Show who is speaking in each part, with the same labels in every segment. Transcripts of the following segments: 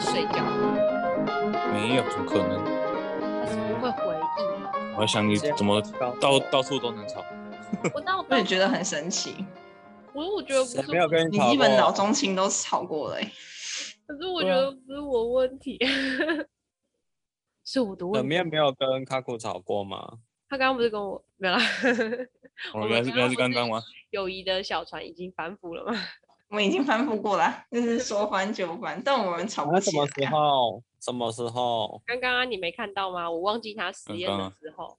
Speaker 1: 睡觉，
Speaker 2: 没有，怎么可能？
Speaker 1: 但是不会回 忆。
Speaker 2: 我在想你怎么到到处都能吵，
Speaker 1: 我那我
Speaker 3: 我也觉得很神奇，
Speaker 1: 我我觉得不是
Speaker 2: 谁没有跟你
Speaker 3: 你
Speaker 2: 吵
Speaker 3: 基本
Speaker 2: 过
Speaker 3: 脑中情都吵过了、欸。
Speaker 1: 可是我觉
Speaker 2: 对啊
Speaker 1: 得不是我问题， 是我的
Speaker 2: 冷
Speaker 1: 问题。
Speaker 2: 面呃没有跟卡库吵过吗？
Speaker 1: 他刚刚不是跟我没有啦， 我
Speaker 2: 我
Speaker 1: 们
Speaker 2: 原来是
Speaker 1: 刚
Speaker 2: 原
Speaker 1: 刚
Speaker 2: 来是
Speaker 1: 不
Speaker 2: 刚
Speaker 1: 是
Speaker 2: 刚吗？
Speaker 1: 友谊的小船已经翻覆了吗？
Speaker 3: 我们已经翻覆过了，啊就是说翻就翻，但我们吵不
Speaker 2: 那什
Speaker 3: 起
Speaker 2: 么时
Speaker 3: 来啊。
Speaker 2: 候？什么时候？
Speaker 1: 刚刚啊你没看到吗？我忘记他实
Speaker 2: 刚
Speaker 1: 验
Speaker 2: 刚
Speaker 1: 的
Speaker 2: 啊
Speaker 1: 时候，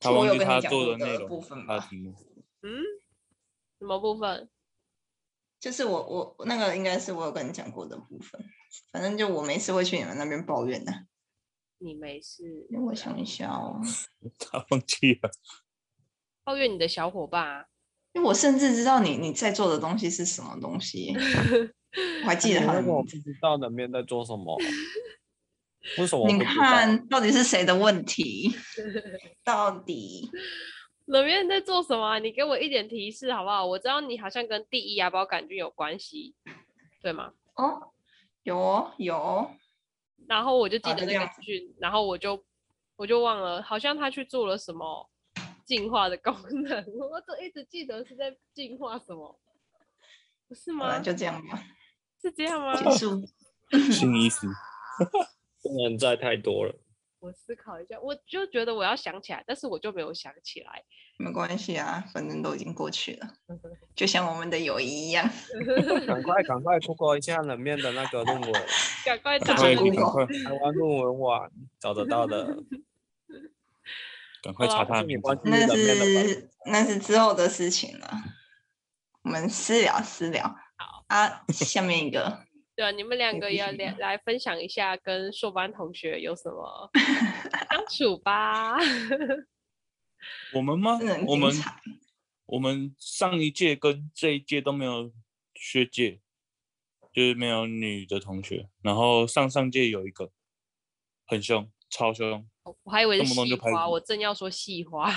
Speaker 2: 他
Speaker 3: 我
Speaker 2: 忘
Speaker 3: 有
Speaker 2: 记
Speaker 3: 跟你
Speaker 2: 他
Speaker 3: 讲
Speaker 2: 做
Speaker 3: 过
Speaker 2: 的内
Speaker 3: 的
Speaker 2: 容
Speaker 3: 部分
Speaker 2: 他
Speaker 3: 吧
Speaker 2: 题目
Speaker 1: 嗯，什么部分？
Speaker 3: 就是我我我那个应该是我有跟你讲过的部分，反正就我没事会去你们那边抱怨的、
Speaker 1: 你没事
Speaker 3: 那我想一下哦，
Speaker 2: 他忘记了，
Speaker 1: 抱怨你的小伙伴啊？
Speaker 3: 因为我甚至知道你你在做的东西是什么东西，我还 记得他的
Speaker 2: 如哎果我
Speaker 3: 名
Speaker 2: 不
Speaker 3: 字。
Speaker 2: 知道冷面在做 什么，为什么我
Speaker 3: 你
Speaker 2: 不知道
Speaker 3: 看到底是谁的问题？到底
Speaker 1: 冷面在做什么啊、你给我一点提示好不好？我知道你好像跟第一芽孢杆菌有关系，对吗？
Speaker 3: 哦，有哦有哦，
Speaker 1: 然后我就记
Speaker 3: 啊
Speaker 1: 得那
Speaker 3: 就这
Speaker 1: 个
Speaker 3: 样
Speaker 1: 资讯，然后我就我就忘了，好像他去做了什么进化的功能， 我就一直记得是在进化什么，不是
Speaker 3: 好了
Speaker 1: 吗？
Speaker 3: 就这样吧，
Speaker 1: 是这样吗？
Speaker 3: 结束。
Speaker 2: 新意思，不能再太多 了。
Speaker 1: 我思考一下，我就觉得我要想起来，但是我就没有想起来。
Speaker 3: 没关系啊，反正都已经过去了，
Speaker 2: 嗯
Speaker 3: 就像我们的友谊一样。
Speaker 2: 赶快赶快 Google 一下冷面的那个论文，
Speaker 1: 赶快打
Speaker 3: 快去
Speaker 2: 赶快赶
Speaker 3: Google
Speaker 2: 快 台湾论文网找得到的。
Speaker 4: 赶快
Speaker 1: 好
Speaker 4: 查
Speaker 1: 啊
Speaker 4: 他的
Speaker 2: 你
Speaker 4: 名
Speaker 2: 关
Speaker 4: 字。
Speaker 2: 心
Speaker 3: 那
Speaker 2: 冷面的吧？
Speaker 3: 是那是之后的事情了，我们私聊私聊。好啊，下面一个，
Speaker 1: 对啊，你们两
Speaker 3: 也
Speaker 1: 个
Speaker 3: 不
Speaker 1: 要
Speaker 3: 行
Speaker 1: 来
Speaker 3: 啊
Speaker 1: 来分享一下跟硕班同学有什 么相处吧。
Speaker 2: 我们吗
Speaker 3: 真的很？
Speaker 2: 我
Speaker 3: 精
Speaker 2: 们
Speaker 3: 彩。
Speaker 2: 我们上一届跟这一届都没有学姐，就是没有女的同学。然后上上届有一个，很凶，超凶。
Speaker 1: 我还以为是
Speaker 2: 动不动
Speaker 1: 细
Speaker 2: 就拍
Speaker 1: 花，
Speaker 2: 你
Speaker 1: 我正要说细花，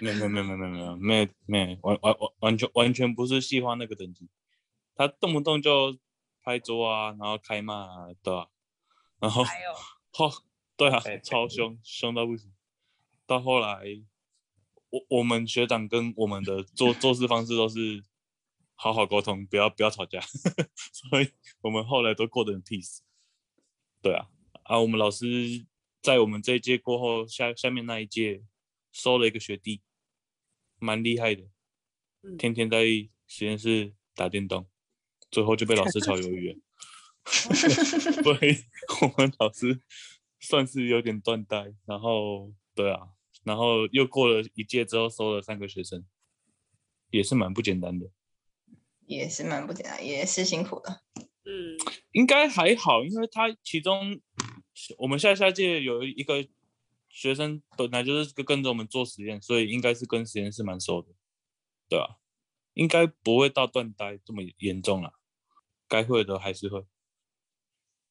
Speaker 2: 没有没有没有没有没有没有没有没有完完完完全完全不是细化那个等级，他动不动就拍桌啊，然后开骂啊，对吧、然后
Speaker 1: 还有
Speaker 2: 后对啊
Speaker 4: 对对，
Speaker 2: 超凶，凶到不行。到后来，我我们学长跟我们的做做事方式都是好好沟通，不要不要吵架， 所以我们后来都过得很 peace。对啊，啊，我们老师在我们这一届过后，下下面那一届收了一个学弟，蛮厉害的，
Speaker 1: 嗯
Speaker 2: 天天在实验室打电动，最后就被老师炒鱿鱼了。所以我们老师算是有点断代，然后对啊，然后又过了一届之后收了三个学生，也是蛮不简单的。
Speaker 3: 也是蛮不简单，也是辛苦的。
Speaker 1: 嗯，
Speaker 2: 应该还好，因为他其中我们下下届有一个学生本来就是跟跟着我们做实验，所以应该是跟实验室蛮熟的，对吧、应该不会到断代这么严重啦，该会的还是会。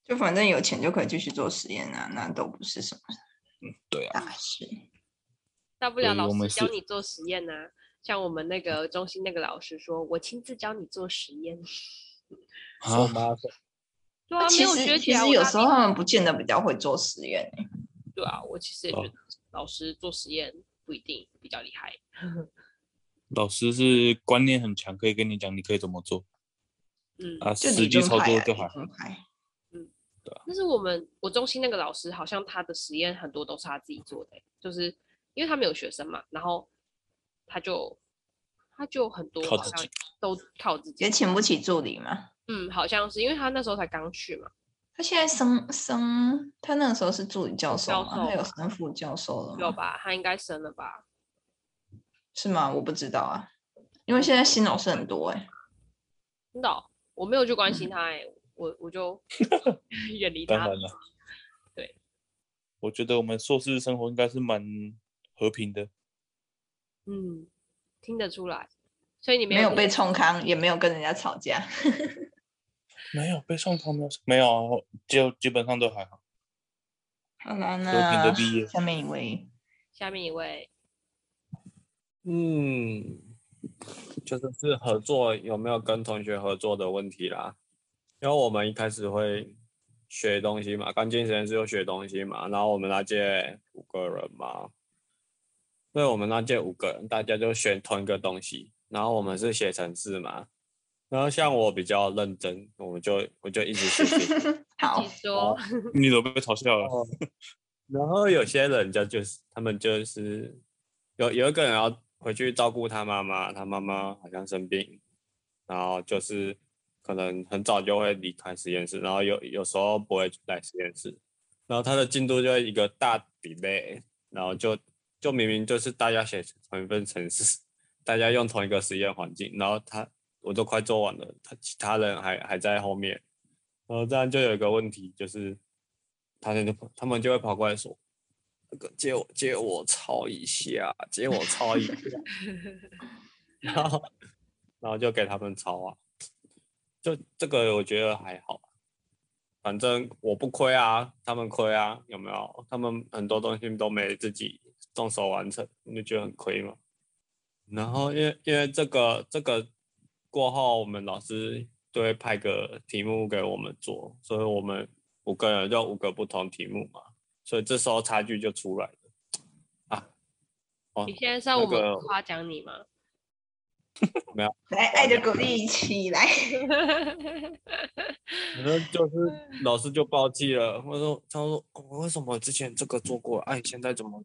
Speaker 3: 就反正有钱就可以继续做实验啊，那都不是什么
Speaker 2: 对啊，
Speaker 3: 大事。
Speaker 1: 大不了
Speaker 2: 对
Speaker 1: 老
Speaker 2: 我们
Speaker 1: 师教
Speaker 2: 是
Speaker 1: 你做实验呐、像我们那个中心那个老师说，我亲自教你做实验。
Speaker 4: 我
Speaker 2: 啊，
Speaker 4: 妈
Speaker 1: 对啊，没
Speaker 3: 其
Speaker 1: 有
Speaker 3: 实
Speaker 1: 学
Speaker 3: 其
Speaker 1: 起来，
Speaker 3: 实
Speaker 1: 我
Speaker 3: 有
Speaker 1: 哪
Speaker 3: 时
Speaker 1: 里
Speaker 3: 候他们不见得比较会做实验欸，
Speaker 1: 对啊，我其实也觉
Speaker 2: 哦
Speaker 1: 得老师做实验不一定比较厉害。
Speaker 2: 老师是观念很强，可以跟你讲你可以怎么做
Speaker 1: 嗯，
Speaker 2: 啊，
Speaker 3: 就
Speaker 2: 实际操作就
Speaker 3: 好理
Speaker 2: 好。。
Speaker 3: 论派
Speaker 1: 但是我们我中心那个老师好像他的实验很多都是他自己做的欸、就是因为他没有学生嘛，然后他就他就很多
Speaker 2: 靠
Speaker 1: 好
Speaker 2: 自
Speaker 1: 像
Speaker 2: 己
Speaker 1: 都靠自己
Speaker 3: 也。请不起助理嘛。
Speaker 1: 嗯，好像是因为他那时候才刚去嘛，
Speaker 3: 他现在升升，他那个时候是助理教授
Speaker 1: 教
Speaker 3: 嘛，
Speaker 1: 授
Speaker 3: 他有
Speaker 1: 吧
Speaker 3: 升副教授了
Speaker 1: 有
Speaker 3: 吗？
Speaker 1: 吧？他应该生了吧？
Speaker 3: 是吗？我不知道啊，因为现在新老师很多哎、
Speaker 1: 真的哦、我没有去关
Speaker 5: 嗯
Speaker 1: 心他、欸，我我 就远离
Speaker 2: 当
Speaker 1: 他。
Speaker 2: 然了，
Speaker 1: 对，
Speaker 2: 我觉得我们硕士生活应该是蛮和平的，
Speaker 1: 嗯，听得出来，所以你
Speaker 3: 没有
Speaker 1: 有
Speaker 3: 被冲康，也没有跟人家吵架。
Speaker 2: 没有被送头，没有没有，就基本上都还好，
Speaker 3: 好啦，
Speaker 2: 和平
Speaker 3: 那
Speaker 2: 的毕业。
Speaker 3: 下面一位，
Speaker 1: 下面一位，
Speaker 4: 嗯，就是是合作有没有跟同学合作的问题啦。因为我们一开始会
Speaker 5: 学东西嘛，钢琴实验室有学东西嘛，然后我们那届五个人嘛，对，我们那届五个人，大家就选同一个东西，然后我们是写程式嘛，然后像我比较认真，我们就我就一直写写写，
Speaker 1: 你
Speaker 3: 好，
Speaker 1: 说
Speaker 5: 哦
Speaker 2: 你都被嘲笑了，
Speaker 5: 然后有些人家就是他们就是有有一个人要回去照顾他妈妈，他妈妈好像生病，然后就是可能很早就会离开实验室，然后有有时候不会来实验室，然后他的进度就会一个大 delay，然后就就明明就是大家写同一份程式，大家用同一个实验环境，然后他我都快做完了，他其他人还还在后面，然后这样就有一个问题，就是他们就他们就会跑过来说，那个借我借我抄一下，借我抄一下，然后然后就给他们抄啊，就这个我觉得还好，反正我不亏啊，他们亏啊，有没有？他们很多东西都没自己动手完成，你就觉得很亏嘛。然后因为因为这个这个过后，我们老师就会派个题目给我们做，所以我们五个人就五个不同题目嘛，所以这时候差距就出来了啊。哦
Speaker 1: 你，现在是要我
Speaker 5: 那个
Speaker 1: 们夸奖你吗？
Speaker 3: 来爱的鼓励起来，
Speaker 5: 反正就是老师就暴气了。我说，他说我为什么之前这个做过，哎、你现在怎么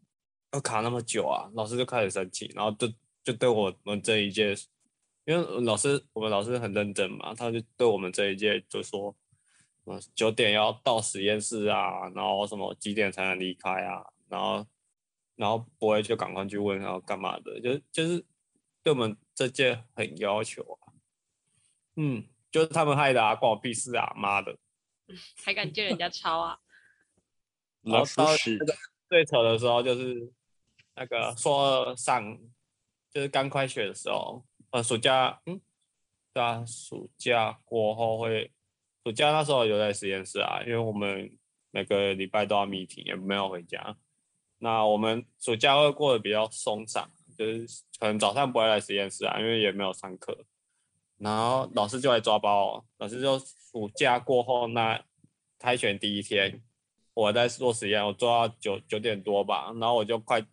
Speaker 5: 要卡那么久啊？老师就开始生气，然后就就对我们这一届，因为老师我们老师很认真嘛，他就对我们这一届就说，嗯，九点要到实验室啊，然后什么几点才能离开啊，然后然后不会就赶快去问，然后干嘛的，就就是对我们这届很要求啊，嗯。就是他们害的啊，关我屁事啊！妈的！
Speaker 1: 还敢借人家抄啊？
Speaker 5: 然
Speaker 2: 老
Speaker 5: 后
Speaker 2: 鼠
Speaker 5: 到
Speaker 2: 屎
Speaker 5: 那个最扯哦的时候，就是那个硕二上，就是刚开学的时候，呃，暑假，嗯，对啊，暑假过后会，暑假那时候有在实验室啊，因为我们每个礼拜都要 meeting，也没有回家。那我们暑假会过得比较松散，就是可能早上不会来实验室啊，因为也没有上课。然后老师就来抓包哦，老师就暑假过后那开学第一天，我在做实验，我做到九九点多吧，然后我就快，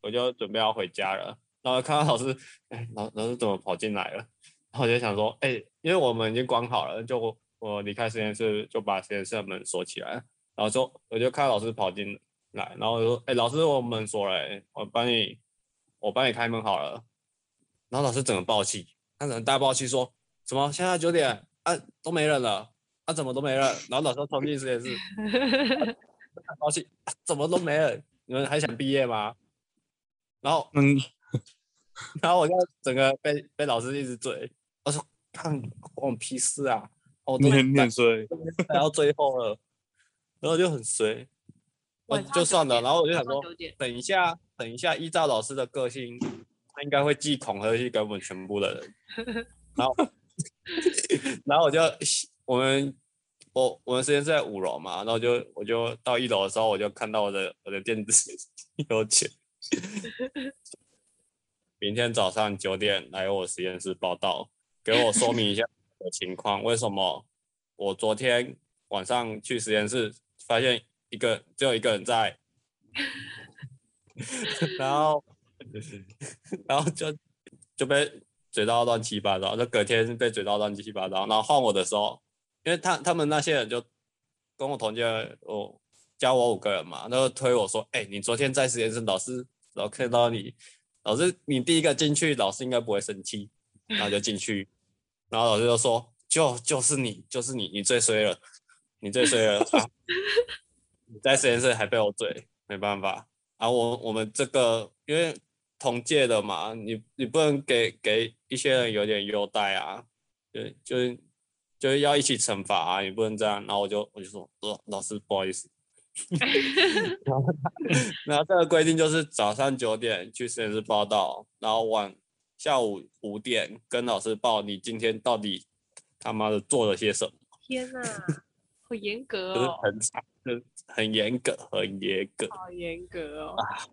Speaker 5: 我就准备要回家了，然后看到老师， 哎，老老师怎么跑进来了？然后我就想说，哎，因为我们已经关好了，就我我离开实验室就把实验室的门锁起来，然后就我就看到老师跑进来，然后我就说，哎，老师我门锁了、哎我帮你我帮你开门好了，然后老师整个暴气，他整个大暴气说，什么现在九点啊都没人了。啊，怎么都没人？然后老师又冲进实验室，很高兴，啊怎么都没人，你们还想毕业吗？然后，
Speaker 2: 嗯，
Speaker 5: 然后我就整个被被老师一直追，我说看关我屁事啊！哦，我都
Speaker 2: 你很念衰，
Speaker 5: 来到最后了，然后就很随，我
Speaker 1: 晚上
Speaker 5: 哦就
Speaker 1: 九
Speaker 5: 算了。
Speaker 1: 点
Speaker 5: 然后我就想
Speaker 1: 晚上
Speaker 5: 说，
Speaker 1: 九点
Speaker 5: 等一下，等一下，依照老师的个性，他应该会寄恐吓信给我们全部的人。然后， 然后我就我们我我们实验室在五楼嘛，然后就我就到一楼的时候，我就看到我的我的电子邮件，明天早上九点来我实验室报道，给我说明一下我的情况，为什么我昨天晚上去实验室发现一个只有一个人在。然后， 然后就就被嘴到乱七八糟，就隔天被嘴到乱七八糟。然后换我的时候，因为他他们那些人就跟我同届，我加我五个人嘛，然后推我说：“哎、你昨天在实验室，老师老看到你，老师你第一个进去，老师应该不会生气。”然后就进去，然后老师就说：“就就是你，就是你，你最衰了，你最衰了。啊 你在实验室还被我嘴，没办法。”啊，我我们这个因为同届的嘛，你你不能给给一些人有点优待啊，对，就是就是要一起惩罚啊，你不能这样。然后我就我就说，老老师不好意思。然后这个规定就是早上九点去实验室报到，然后晚下午五点跟老师报你今天到底他妈的做了些什么，
Speaker 1: 天哪，好严 格
Speaker 5: 就是
Speaker 1: 哦，
Speaker 5: 很惨，就是很严格，很严格。
Speaker 1: 好严格哦。
Speaker 5: 啊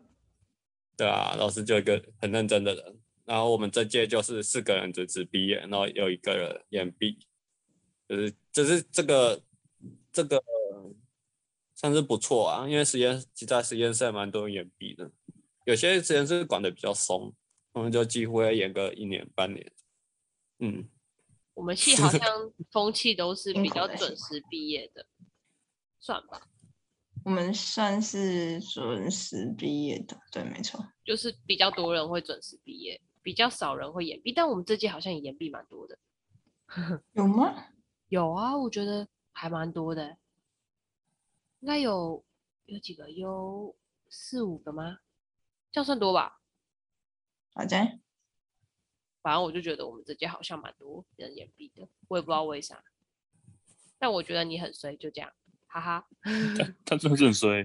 Speaker 5: 对啊，老师就有一个很认真的人。然后我们这届就是四个人准时毕业，然后有一个人延毕，就是就是这个这个算是不错啊，因为实验其实在实验室还蛮多人延毕的，有些实验室管的比较松，我们就几乎要延个一年半年。嗯，
Speaker 1: 我们系好像风气都是
Speaker 3: 辛
Speaker 1: 比
Speaker 3: 苦
Speaker 1: 较
Speaker 3: 了
Speaker 1: 准
Speaker 3: 辛
Speaker 1: 时毕业的，算吧，
Speaker 3: 我们算是准时毕业的，对，没错。
Speaker 1: 就是比较多人会准时毕业，比较少人会延毕，但我们这届好像也延毕蛮多的。
Speaker 3: 有吗？
Speaker 1: 有啊，我觉得还蛮多的欸，应该有有几个，有四五个吗？这样算多吧？
Speaker 3: 好像
Speaker 1: 反正我就觉得我们这届好像蛮多人延毕的，我也不知道为啥。但我觉得你很衰，就这样，哈哈。
Speaker 2: 他真的是很衰，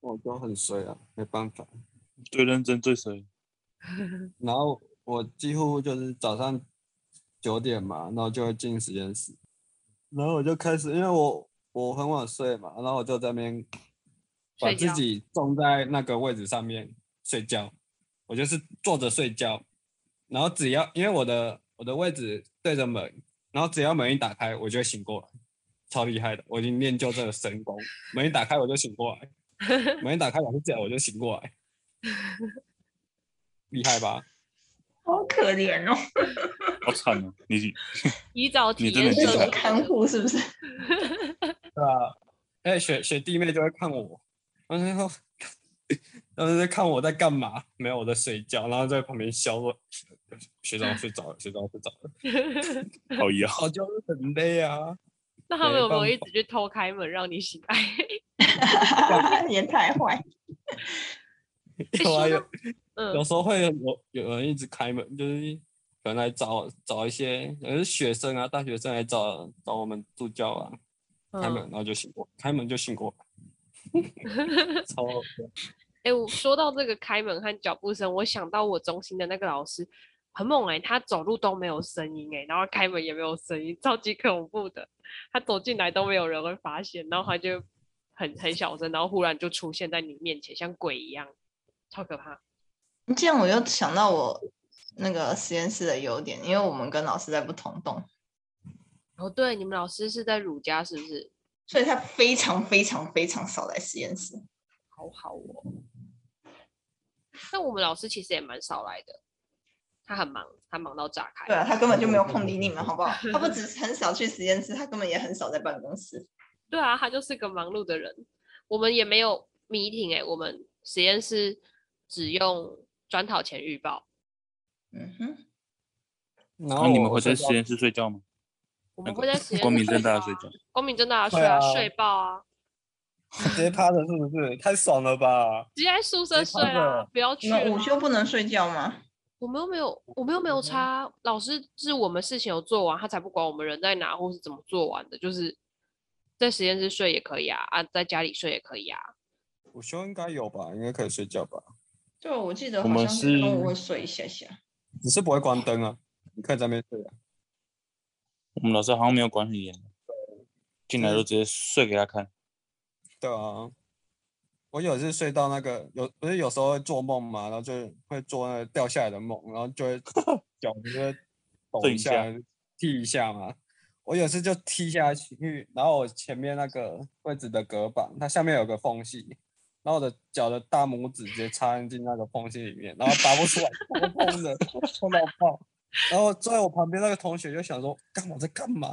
Speaker 5: 我就很衰啊，没办法。
Speaker 2: 最认真最衰。
Speaker 5: 然后我几乎就是早上九点嘛，然后就会进实验室，然后我就开始，因为我我很晚睡嘛，然后我就在那边把
Speaker 1: 睡
Speaker 5: 自
Speaker 1: 觉
Speaker 5: 己种在那个位置上面睡觉，我就是坐着睡觉，然后只要因为我的我的位置对着门，然后只要门一打开，我就会醒过来，超厉害的，我已经练就这个神功，门一打开我就醒过来， 门一打开两只脚我就醒过来，厉害吧？
Speaker 3: 好可怜哦，
Speaker 2: 好惨哦！ 你
Speaker 1: 提早体
Speaker 2: 你真
Speaker 1: 验
Speaker 2: 的
Speaker 3: 这
Speaker 2: 是
Speaker 1: 社
Speaker 3: 种
Speaker 1: 会
Speaker 2: 种
Speaker 3: 看
Speaker 1: 的
Speaker 3: 护是不是？
Speaker 5: 对啊，哎、学学弟妹就会看我，然后就说， 然后就看我在干嘛，没有我在睡觉，然后在旁边笑说，学长睡着了，学长睡着了，
Speaker 2: 好呀，
Speaker 5: 哦，就是很累啊，
Speaker 1: 那他们
Speaker 5: 没
Speaker 1: 有没有
Speaker 5: 办
Speaker 1: 一直去偷开门让你醒来？
Speaker 3: 也太坏，
Speaker 5: 有
Speaker 1: 说
Speaker 5: 啊有，有
Speaker 1: 嗯，
Speaker 5: 时候会有有人一直开门，就是可能来找找一些，可能是学生啊，大学生来找找我们助教啊，开门
Speaker 1: 嗯。
Speaker 5: 然后就醒过，开门就醒过 来，超好笑
Speaker 1: 哎、我说到这个开门和脚步声，我想到我中心的那个老师很猛哎、他走路都没有声音哎、然后开门也没有声音，超级恐怖的。他走进来都没有人会发现，然后他就很很小声，然后忽然就出现在你面前，像鬼一样，超可怕。
Speaker 3: 这样我又想到我那个实验室的优点，因为我们跟老师在不同栋，
Speaker 1: 哦，对，你们老师是在儒家是不是？
Speaker 3: 所以他非常非常非常少来实验室。
Speaker 1: 好好哦。但我们老师其实也蛮少来的，他很忙，他忙到炸开。
Speaker 3: 对啊，他根本就没有空理你们，好不好？他不只是很少去实验室，他根本也很少在办公室。
Speaker 1: 对啊，他就是个忙碌的人。我们也没有 meeting 哎、我们实验室只用专讨前预报，
Speaker 3: 嗯哼，
Speaker 5: 然
Speaker 2: 那、
Speaker 5: 后
Speaker 2: 你们
Speaker 5: 我
Speaker 2: 会在
Speaker 5: 睡
Speaker 2: 实
Speaker 5: 觉
Speaker 2: 验室睡觉吗？
Speaker 1: 我
Speaker 2: 那
Speaker 1: 们
Speaker 2: 个
Speaker 1: 会在实验
Speaker 2: 光
Speaker 1: 室
Speaker 2: 明正大
Speaker 1: 报
Speaker 2: 地睡
Speaker 1: 啊
Speaker 2: 觉，
Speaker 1: 光明正大的
Speaker 5: 会
Speaker 1: 睡啊，
Speaker 5: 啊
Speaker 1: 睡爆啊，
Speaker 5: 直接趴着是不是？太爽了吧！
Speaker 1: 直接在宿舍
Speaker 5: 直接
Speaker 1: 睡
Speaker 5: 趴着
Speaker 1: 啦，不要去
Speaker 3: 你们午
Speaker 1: 啦
Speaker 3: 休不能睡觉吗？
Speaker 1: 我们又没有，我们又没
Speaker 5: 嗯
Speaker 1: 有差。老师是我们事情有做完，他才不管我们人在哪或是怎么做完的，就是在实验室睡也可以啊，啊，在家里睡也可以啊。
Speaker 5: 午休应该有吧，应该可以睡觉吧，
Speaker 3: 对，啊我记得
Speaker 2: 我
Speaker 3: 好
Speaker 2: 们
Speaker 3: 像是中午
Speaker 2: 是
Speaker 3: 会睡一下下。
Speaker 5: 只是不会关灯啊，你可以在那边睡啊。
Speaker 2: 我们老师好像没有管很严，进来
Speaker 5: 嗯
Speaker 2: 就直接睡给他看。
Speaker 5: 对啊，我有一次睡到那个有不是有时候会做梦嘛，然后就会做那个掉下来的梦，然后就 会脚就会抖
Speaker 2: 震
Speaker 5: 一
Speaker 2: 一
Speaker 5: 下
Speaker 2: 下
Speaker 5: 踢一下嘛。我有一次就踢下去，然后我前面那个位置的隔板，它下面有个缝隙，然后我的脚的大拇指直接插进那个缝隙里面，然后拔不出来， 痛痛的，痛到爆。然后坐在我旁边那个同学就想说：“干我在干嘛？”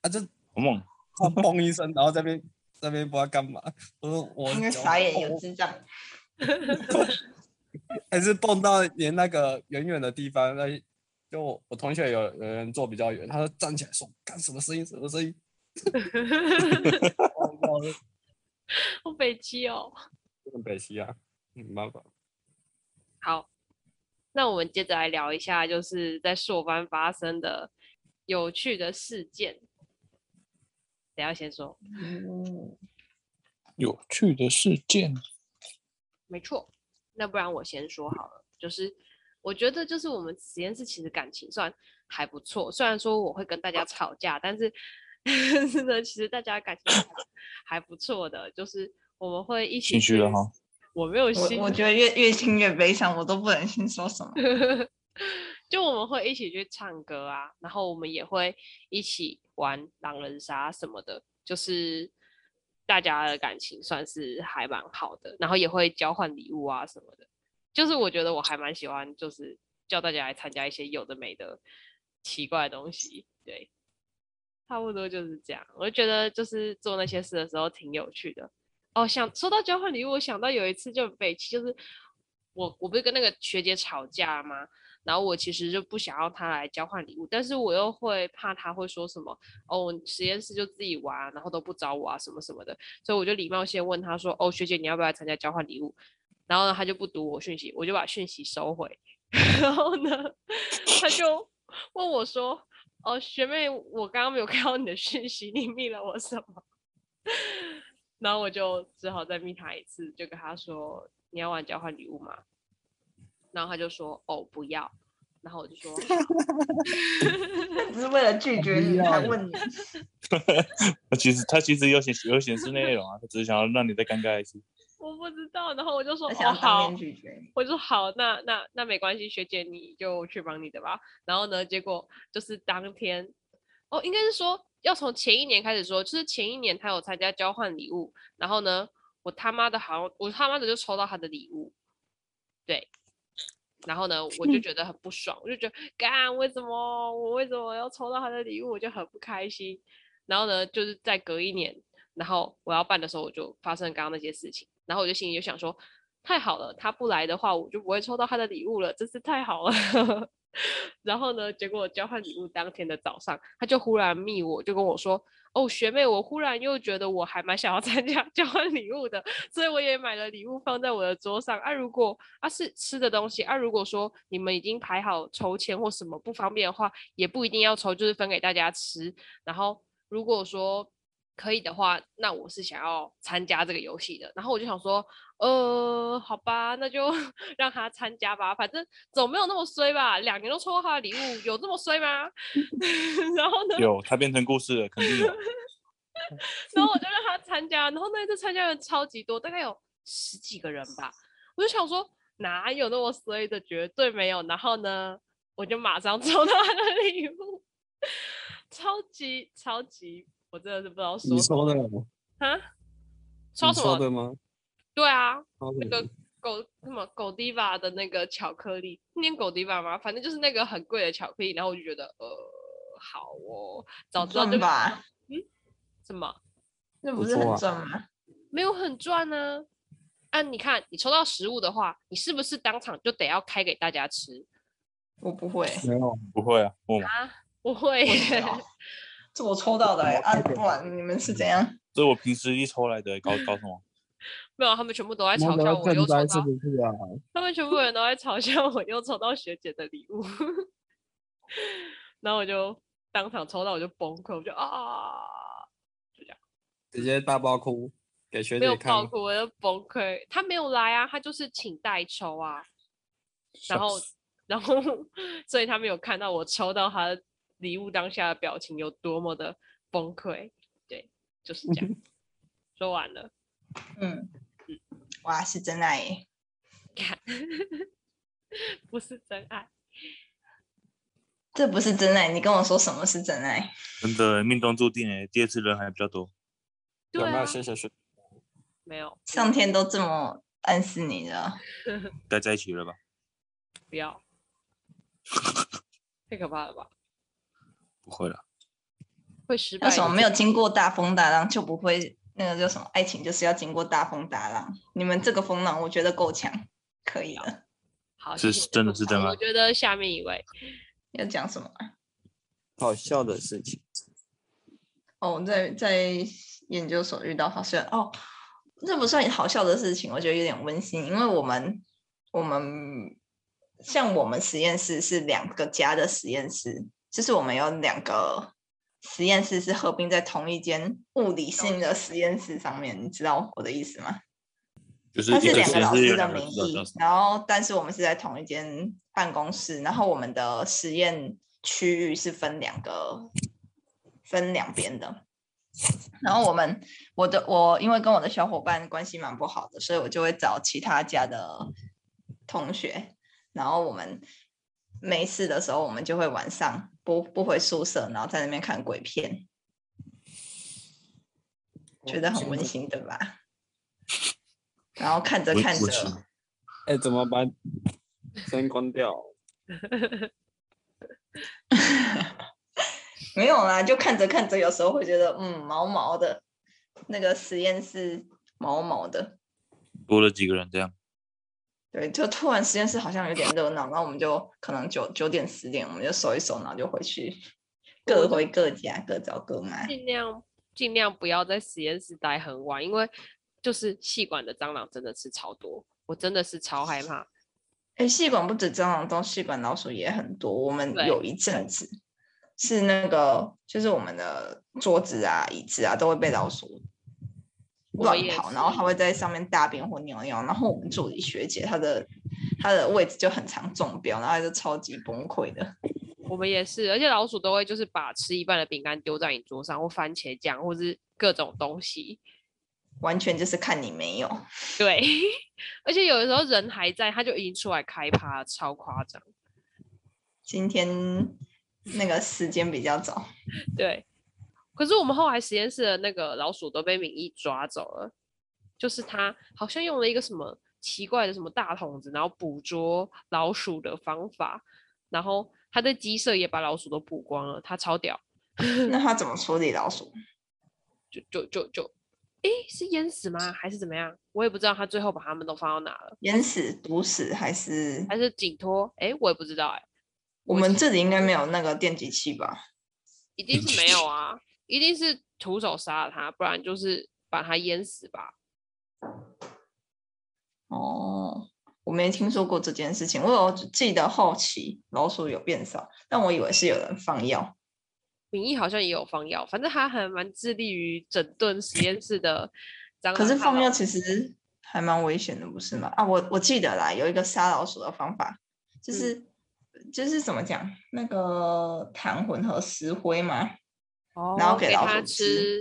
Speaker 5: 啊，就
Speaker 2: 好梦，
Speaker 5: 他嘣一声，然后在那边在那边不知道干嘛。我说我
Speaker 3: 应该
Speaker 5: 脚
Speaker 3: 傻眼，有
Speaker 5: 痛
Speaker 3: 智障。
Speaker 5: 还是蹦到连那个远远的地方，那就我我同学有有人坐比较远，他就站起来说干什么声音什么声音。哦我
Speaker 1: 好北七哦。
Speaker 5: 很北西啊，没办法。
Speaker 1: 好，那我们接着来聊一下，就是在硕班发生的有趣的事件。等一下先说，
Speaker 3: 嗯，
Speaker 4: 有趣的事件，
Speaker 1: 没错。那不然我先说好了，就是我觉得就是我们实验室其实感情算还不错，虽然说我会跟大家吵架，但是 但是呢，其实大家感情还还不错的，就是我们会一起
Speaker 2: 心虚了
Speaker 1: 去
Speaker 2: 哈。
Speaker 1: 我没有心
Speaker 3: 我我
Speaker 1: 虚
Speaker 3: 觉得越越听越悲伤，我都不忍心说什么。
Speaker 1: 就我们会一起去唱歌啊，然后我们也会一起玩狼人杀什么的，就是大家的感情算是还蛮好的，然后也会交换礼物啊什么的。就是我觉得我还蛮喜欢，就是叫大家来参加一些有的没的奇怪的东西，对，差不多就是这样。我就觉得就是做那些事的时候挺有趣的。哦，想说到交换礼物，我想到有一次就很北气，就是我我不是跟那个学姐吵架吗？然后我其实就不想要他来交换礼物，但是我又会怕他会说什么哦，实验室就自己玩啊，然后都不找我啊，什么什么的，所以我就礼貌性问他说，哦，学姐你要不要来参加交换礼物？然后呢，他就不读我讯息，我就把讯息收回， 然后呢，他就问我说，哦，学妹，我刚刚没有看到你的讯息，你密了我什么？ 然后我就只好再密他一次，就跟他说，你要玩交换礼物吗？然后他就说：“哦，不要。”然后我就 说：“
Speaker 3: 不是为了拒绝你才问你，
Speaker 2: 他其实他其实有显有显示内容啊，他只是想要让你再尴尬一次。
Speaker 1: 我不知道。”然后我就说：“哦，
Speaker 3: 他想要当
Speaker 1: 好
Speaker 3: 面。拒绝你。”
Speaker 1: 我就说：“好，那那那没关系，学姐你就去忙你的吧。”然后呢，结果就是当天，哦，应该是说要从前一年开始说，就是前一年他有参加交换礼物，然后呢，我他妈的好像我他妈的就抽到他的礼物，对。然后呢，我就觉得很不爽，我就觉得干为什么我为什么要抽到他的礼物，我就很不开心。然后呢，就是在隔一年，然后我要办的时候，我就发生刚刚那些事情，然后我就心里就想说，太好了，他不来的话，我就不会抽到他的礼物了，真是太好了。 然后呢，结果交换礼物当天的早上，他就忽然密我，就跟我说，哦，学妹，我忽然又觉得我还蛮想要参加 交换礼物的，所以我也买了礼物放在我的桌上。啊，如果啊是吃的东西，啊如果说你们已经排好筹钱或什么不方便的话，也不一定要抽，就是分给大家吃。然后如果说可以的话，那我是想要参加这个游戏的。然后我就想说，呃，好吧，那就 让他参加吧，反正总没有那么衰吧，两年都抽到他的礼物，有这么衰吗？ 然后呢，
Speaker 2: 有，他变成故事了，肯定有。
Speaker 1: 然后我就让他参加，然后那一次参加的人超级多，大概有十几个人吧。我就想说，哪有那么衰的，绝对没有。然后呢，我就马上 抽到他的礼物，超级超级，我真的是不知道说
Speaker 5: 你
Speaker 1: 什么
Speaker 5: 抽的吗？
Speaker 1: 啊，
Speaker 5: 你
Speaker 1: 抽什
Speaker 5: 抽
Speaker 1: 么？
Speaker 5: 的吗？
Speaker 1: 对啊，
Speaker 5: 抽的
Speaker 1: 那个狗什么狗迪吧的那个巧克力，念狗迪吧吗？反正就是那个很贵的巧克力。然后我就觉得，呃，好哦，早知道
Speaker 3: 赚
Speaker 1: 这个
Speaker 3: 吧，
Speaker 1: 什么
Speaker 3: 那不是
Speaker 5: 不错
Speaker 3: 很
Speaker 5: 啊
Speaker 3: 赚吗？
Speaker 1: 没有很赚呢、啊。你看，你抽到食物的话，你是不是当场就得要开给大家吃？
Speaker 3: 我不 会，
Speaker 5: 没有，
Speaker 2: 不会啊，默默，
Speaker 1: 我会
Speaker 3: 我
Speaker 1: 耶，
Speaker 3: 没有这我抽到的欸啊，不然你们是怎样？
Speaker 2: 这我平时一抽来的，搞搞什么？
Speaker 1: 没有，他们全部都在
Speaker 5: 那
Speaker 1: 嘲笑我，
Speaker 5: 正
Speaker 1: 又抽
Speaker 5: 单是
Speaker 1: 到，
Speaker 5: 不是啊？
Speaker 1: 他们全部人都在嘲笑我，又抽到学姐的礼物， 然后我就当场抽到，我就崩溃，我就啊，
Speaker 5: 直接大爆哭给学
Speaker 1: 没有
Speaker 5: 姐看
Speaker 1: 爆。哭，我就崩溃。他没有来啊，他就是请代抽啊，然后，然后，所以他没有看到我抽到他的礼物当下的表情有多么的崩溃。对，就是这 样。说完了，
Speaker 3: 嗯，哇，是真爱耶，
Speaker 1: 看，不是真爱。
Speaker 3: 这不是真爱，你跟我说什么是真爱？
Speaker 2: 真的命中注定欸诶，第二次人还比较多。
Speaker 1: 对
Speaker 5: 有没
Speaker 1: 啊
Speaker 5: 有，谢谢学？
Speaker 1: 没有，
Speaker 3: 上天都这么暗示你了，
Speaker 2: 该在一起了吧？
Speaker 1: 不要，太可怕了吧？
Speaker 2: 不会了，
Speaker 1: 会失败
Speaker 3: 那
Speaker 1: 的结
Speaker 3: 什么
Speaker 1: 果。
Speaker 3: 没有经过大风大浪就不会那个叫什么？爱情就是要经过大风大浪，你们这个风浪我觉得够强，可以了。
Speaker 1: 好，
Speaker 2: 是
Speaker 1: 谢谢
Speaker 2: 真的
Speaker 1: 吐
Speaker 2: 是
Speaker 1: 槽
Speaker 2: 真
Speaker 1: 我
Speaker 2: 爱
Speaker 1: 觉得下面一位，
Speaker 3: 要讲什么啊？
Speaker 5: 好笑的事情，
Speaker 3: 哦，我在在研究所遇到好像哦，这不算好笑的事情，我觉得有点温馨，因为我们我们像我们实验室是两个家的实验室，就是我们有两个实验室是合并在同一间物理性的实验室上面，你知道我的意思吗？
Speaker 2: 就是
Speaker 3: 它
Speaker 2: 一
Speaker 3: 是
Speaker 2: 个
Speaker 3: 两个
Speaker 2: 学
Speaker 3: 老
Speaker 2: 是
Speaker 3: 师
Speaker 2: 有
Speaker 3: 的
Speaker 2: 两个
Speaker 3: 名
Speaker 2: 指导教
Speaker 3: 义
Speaker 2: 授，
Speaker 3: 然后但是我们是在同一间办公室，然后我们的实验区域是分两个分两边的。然后我们我的我因为跟我的小伙伴关系蛮不好的，所以我就会找其他家的同学，然后我们没事的时候，我们就会晚上不不回宿舍，然后在那边看鬼片，
Speaker 2: 哦
Speaker 3: 觉得很温馨，对吧？ 然后看着
Speaker 2: 我
Speaker 3: 看
Speaker 2: 我
Speaker 3: 着
Speaker 2: 去，
Speaker 5: 哎、怎么把声音关掉？
Speaker 3: 没有啦，就看着看着，有时候会觉得嗯毛毛的，那个实验室毛毛的，
Speaker 2: 多了几个人这样，
Speaker 3: 对，就突然实验室好像有点热闹，然后我们就可能九九点十点我们就收一收，然后就回去各回各家，各找各妈。
Speaker 1: 尽量尽量不要在实验室待很晚，因为就是细管的蟑螂真的是超多，我真的是超害怕。
Speaker 3: 哎，细管不止蟑螂多，细管老鼠也很多。我们
Speaker 1: 对
Speaker 3: 有一阵子是那个，就是我们的桌子啊、椅子啊都会被老鼠
Speaker 1: 我
Speaker 3: 乱
Speaker 1: 也
Speaker 3: 跑，
Speaker 1: 是
Speaker 3: 然后它会在上面大便或尿尿。然后我们助理学姐她的她的位置就很常中标，然后她就超级崩溃的。
Speaker 1: 我们也是，而且老鼠都会就是把吃一半的饼干丢在你桌上，或番茄酱，或是各种东西。
Speaker 3: 完全就是看你没有，
Speaker 1: 对， 而且有的时候人还在，它就已经出来开趴，超夸张。
Speaker 3: 今天那个时间比 较早，
Speaker 1: 对，可是我们后来实验室的那个老鼠都被敏毅抓走了，就是他好像用了一个什么奇怪的什么大桶子，然后捕捉老鼠的方法，然后他在鸡舍也把老鼠都捕光了，他超屌，
Speaker 3: 那她怎么处理 老鼠？
Speaker 1: 就就就就，诶，是淹死吗？还是怎么样？我也不知道他最后把他们都放到哪了，
Speaker 3: 淹死、毒死还是
Speaker 1: 还？是紧拖？诶，我也不知道、欸诶，
Speaker 3: 我们这里应该没有那个电击器吧？
Speaker 1: 一定是没有啊，一定是徒手杀了他，不然就是把他淹死吧。
Speaker 3: 哦，我没听说过这件事情。我有记得后期老鼠有变少，但我以为是有人放药。
Speaker 1: 敏毅好像也有放药，反正他还蛮致力于整顿实验室的蟑螂。
Speaker 3: 可是放药，其实还蛮危险的，不是吗？啊，我我记得啦，有一个杀老鼠的方法，
Speaker 1: 嗯
Speaker 3: 就是、就是怎么讲，那个糖混合石灰嘛。然后
Speaker 1: 给
Speaker 3: 给老
Speaker 1: 它
Speaker 3: 鼠吃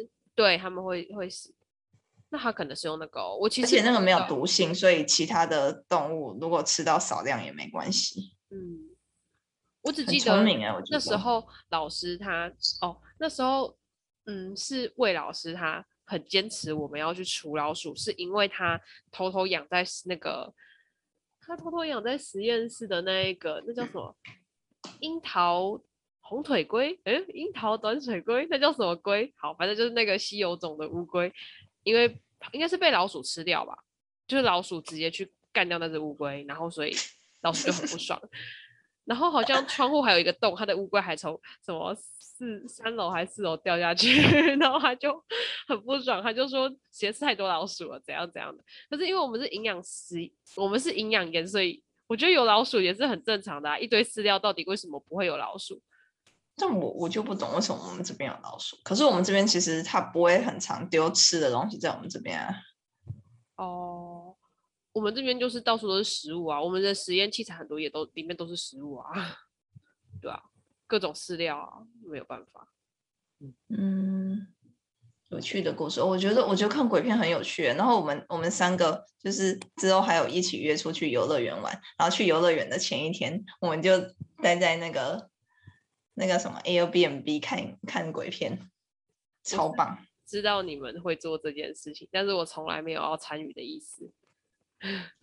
Speaker 1: 吃，对他们会会死。那他可能是用那个哦、我其
Speaker 3: 而
Speaker 1: 实
Speaker 3: 且那
Speaker 1: 不
Speaker 3: 个
Speaker 1: 知
Speaker 3: 没有
Speaker 1: 道，
Speaker 3: 毒性，所以其他的动物如果吃到少量也没关系。
Speaker 1: 嗯，我只
Speaker 3: 很
Speaker 1: 记
Speaker 3: 聪
Speaker 1: 得
Speaker 3: 明哎、我觉
Speaker 1: 那
Speaker 3: 得
Speaker 1: 时候老师他哦，那时候嗯是魏老师他很坚持我们要去除老鼠，是因为他偷偷养在实那个他偷偷养在实验室的那一个那叫什么樱桃红腿龟，诶，樱桃短腿龟，那叫什么龟？好，反正就是那个稀有种的乌龟，因为应该是被老鼠吃掉吧，就是老鼠直接去干掉那只乌龟，然后所以老鼠就很不 爽。然后好像窗户还有一个洞，他的乌龟还从什么四三楼还是四楼掉下去， 然后他就很不爽，他就说实验室太多老鼠了，怎样怎样的。可是因为我们是营养师，我们是营养研，所以我觉得有老鼠也是很正常的、啊。一堆饲料到底为什么不会有老鼠？
Speaker 3: 但我我就不懂为什么我们这边有老鼠，可是我们这边其实它不会很常丢吃的东西在我们这边、啊，
Speaker 1: 哦，我们这边就是到处都是食物啊，我们的实验器材很多也都里面都是食物啊， 对啊，各种饲料啊，没有办法。
Speaker 3: 嗯，有趣的故事，我觉得我觉得看鬼片很有趣耶。然后我们我们三个就是之后还有一起约出去游乐园玩，然后去游乐园的前一天，我们就待在那个那个什么 Airbnb 看看鬼片，超棒。
Speaker 1: 知道你们会做这件事情，但是我从来没有要参与的意思，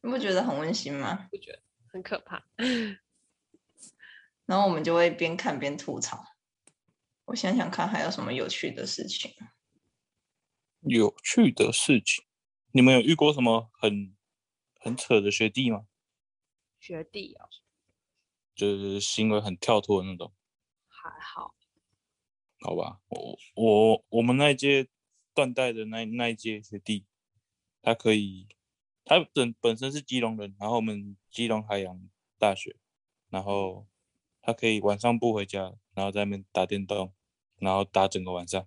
Speaker 3: 你不觉得很温馨吗？
Speaker 1: 不觉得很可怕。
Speaker 3: 然后我们就会边看边吐槽。我想想看还有什么有趣的事情。
Speaker 4: 有趣的事情，
Speaker 2: 你们有遇过什么很很扯的学弟吗？
Speaker 1: 学弟哦，
Speaker 2: 就是行为很跳脱的那种。
Speaker 1: 还好，
Speaker 2: 好吧，我我我们那一届断代的那那一届学弟，他可以，他本本身是基隆人，然后我们基隆海洋大学，然后他可以晚上不回家，然后在那边打电动，然后打整个晚上，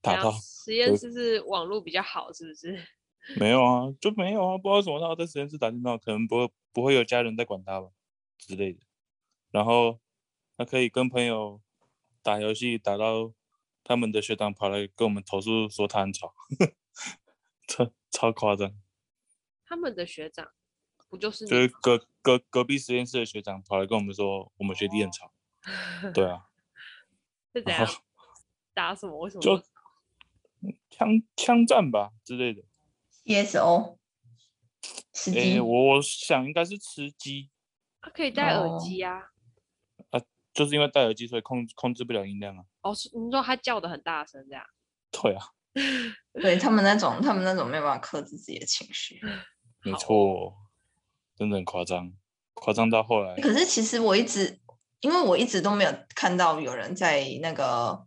Speaker 2: 打
Speaker 1: 然后
Speaker 2: 到
Speaker 1: 啊实验
Speaker 2: 有
Speaker 1: 室是网络比较好，是不是？
Speaker 2: 没有啊，就没有啊，不知道为什么他要在实验室打电动，可能不会不会有家人在管他吧之类的。然后他可以跟朋友打游戏，打到他们的学长跑来跟我们投诉说 他很吵，超超夸张。
Speaker 1: 他们的学长不就是
Speaker 2: 就
Speaker 1: 你
Speaker 2: 是隔隔隔壁实验室的学长跑来跟我们说，我们学弟很吵。对啊，
Speaker 1: 是怎
Speaker 2: 然
Speaker 1: 样
Speaker 2: 后
Speaker 1: 打什么？为什么
Speaker 2: 就枪枪战吧之类的。
Speaker 3: ESO，司
Speaker 2: 诶、
Speaker 3: 机，
Speaker 2: 我想应该是吃鸡，
Speaker 1: 他可以戴耳
Speaker 3: 哦
Speaker 1: 机啊？
Speaker 2: 就是因为戴耳机，所以控控制不了音量啊。
Speaker 1: 哦，是你说他叫的很大声这样？
Speaker 2: 对啊，
Speaker 3: 对他们那种，他们那种没有办法克制自己的情绪。
Speaker 2: 没
Speaker 1: 好
Speaker 2: 错，真的很夸张，夸张到后来
Speaker 3: 可是其实我一直，因为我一直都没有看到有人在那个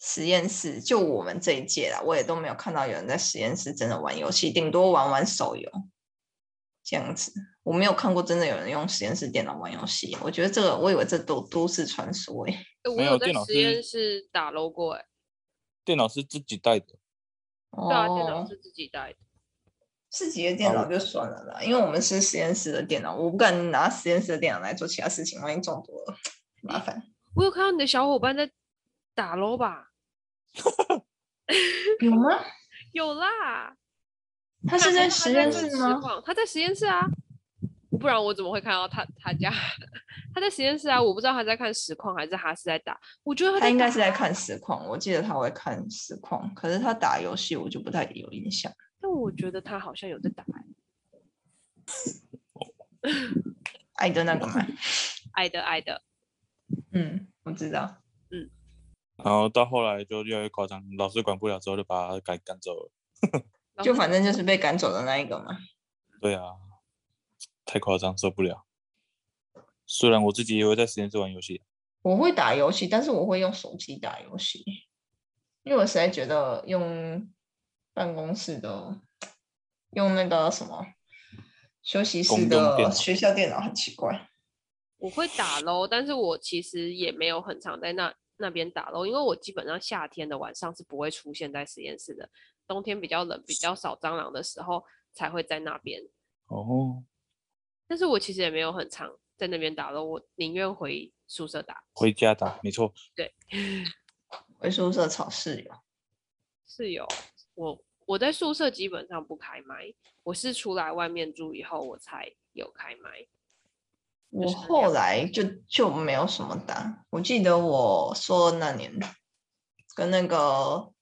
Speaker 3: 实验室，就我们这一届啦，我也都没有看到有人在实验室真的玩游戏，顶多玩玩手游这样子。我没有看过真的有人用实验室电脑玩游戏，我觉得这个，我以为这都都市传说欸诶、
Speaker 1: 诶我
Speaker 2: 没
Speaker 1: 有
Speaker 2: 有
Speaker 1: 在
Speaker 2: 电脑
Speaker 1: 实
Speaker 2: 是
Speaker 1: 验室打 l 过哎、
Speaker 2: 电脑是自己带的，
Speaker 1: 对啊，电脑
Speaker 3: 哦
Speaker 1: 是自己带的。
Speaker 3: 自己的电脑就算了啦，因为我们是实验室的电脑，我不敢拿实验室的电脑来做其他事情，万一中毒了麻烦。
Speaker 1: 我有看到你的小伙伴在打 l 吧？
Speaker 3: 有吗？
Speaker 1: 有啦，
Speaker 3: 他是在实验
Speaker 1: 他在
Speaker 3: 室
Speaker 1: 实
Speaker 3: 吗？
Speaker 1: 况？他在实验室啊，不然我怎么会看到他他家？ 他在实验室啊，我不知道他在看实况还是他是在打。我觉得他
Speaker 3: 他
Speaker 1: 在
Speaker 3: 应该
Speaker 1: 打
Speaker 3: 是在
Speaker 1: 啊，
Speaker 3: 看实况，我记得他会看实况，可是他打游戏我就不太有印象。
Speaker 1: 但我觉得他好像有在打欸、
Speaker 3: 爱的那个嘛，
Speaker 1: 爱的爱的，
Speaker 3: 嗯，我知道。
Speaker 2: 然后到后来就越来越夸张，老师管不了之后就把他赶赶走了。
Speaker 1: 然
Speaker 3: 就
Speaker 1: 后
Speaker 3: 反正就是被赶走的那一个嘛。
Speaker 2: 对啊，太夸张，受不了。虽然我自己也会在实验室玩游戏，
Speaker 3: 我会打游戏，但是我会用手机打游戏，因为我实在觉得用办公室的，用那个什么休息室
Speaker 2: 公用电
Speaker 3: 的
Speaker 2: 脑
Speaker 3: 学校电脑很奇怪。
Speaker 1: 我会打 l 但是我其实也没有很常在那那边打 l 因为我基本上夏天的晚上是不会出现在实验室的，冬天比较冷、比较少蟑螂的时候才会在那边。
Speaker 2: 哦，
Speaker 1: 但是我其实也没有很常在那边打 l 我宁愿回宿舍打。
Speaker 2: 回家打，没错，
Speaker 3: 回宿舍吵室友，
Speaker 1: 是有，我我在宿舍基本上不开麦，我是出来外面住以后我才有开麦。
Speaker 3: 我
Speaker 1: 是那
Speaker 3: 后
Speaker 1: 样
Speaker 3: 来就就没有什么打。我记得我说那年跟那个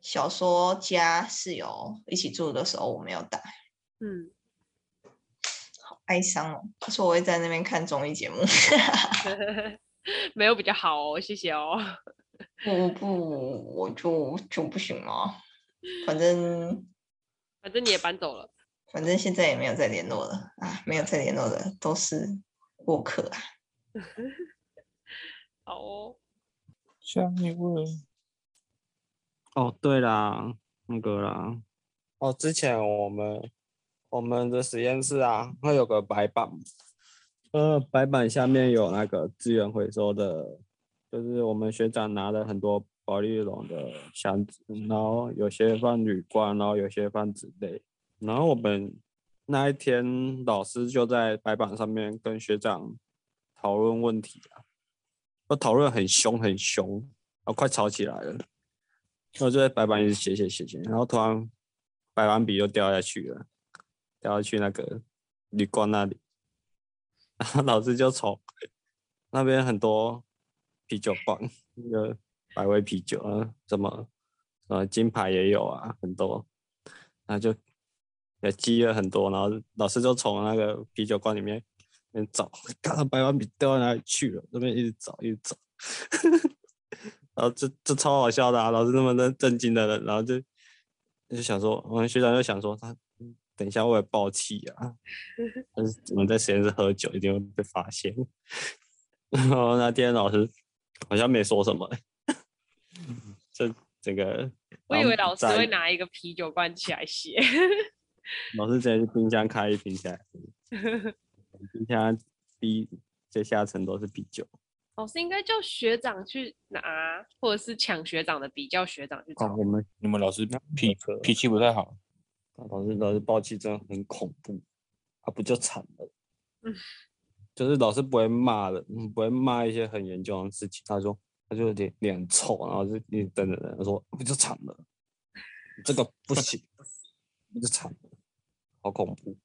Speaker 3: 小说家室友一起住的时候，我没有打，
Speaker 1: 嗯，
Speaker 3: 好哀伤哦。他说我会在那边看综艺节目，
Speaker 1: 嗯 没有比较好哦，谢谢哦。
Speaker 3: 我不我就就不行了。反正
Speaker 1: 反正你也搬走了，
Speaker 3: 反正现在也没有再联络了啊，没有再联络的都是过客啊。
Speaker 1: 好哦。
Speaker 2: 下一位，
Speaker 5: 哦，对啦，那个啦，
Speaker 6: 哦，之前我们我们的实验室啊，会有个白板，
Speaker 5: 呃，白板下面有那个资源回收的，就是我们学长拿了很多保利龙的箱子，然后有些放铝罐，然后有些放纸类，然后我们那一天老师就在白板上面跟学长讨论问题啊，我讨论很凶很凶，啊，快吵起来了，然后就在白板一直写写写写，然后突然白板笔就掉下去了，掉下去那个铝罐那里。然后老师就从那边很多啤酒棒，那个百威啤酒啊，什么呃金牌也有啊，很多，然后就也积了很多，然后老师就从那个啤酒罐里面里面找，看到百万笔掉到哪里去了，那边一直找一直找， 然后这这超好笑的啊，老师那么的震惊的人，然后就就想说，我们学长就想说他等一下会不会爆气啊， 但是我们在实验室喝酒一定会被发现。 然后那天老师好像没说什么、这整个
Speaker 1: 我
Speaker 5: 然
Speaker 1: 以
Speaker 5: 后
Speaker 1: 为老师
Speaker 5: 在
Speaker 1: 会拿一个啤酒罐起来写，
Speaker 5: 老师直接去冰箱开一瓶起来喝，冰箱第最下层都是啤酒，
Speaker 1: 老师应该叫学长去拿，或者是抢学长的笔，叫学长去
Speaker 5: 哦
Speaker 1: 找。
Speaker 5: 我们
Speaker 2: 你们老师脾
Speaker 5: 可
Speaker 2: 脾气不太好，
Speaker 5: 老师老师暴气真的很恐怖，啊不就惨了？
Speaker 1: 嗯
Speaker 5: 就是老师不会骂人，不会骂一些很严重的事情。他说他就脸脸很臭，然后就一直瞪着人，他说不就惨了？ 这个不行，不就惨了，好恐怖。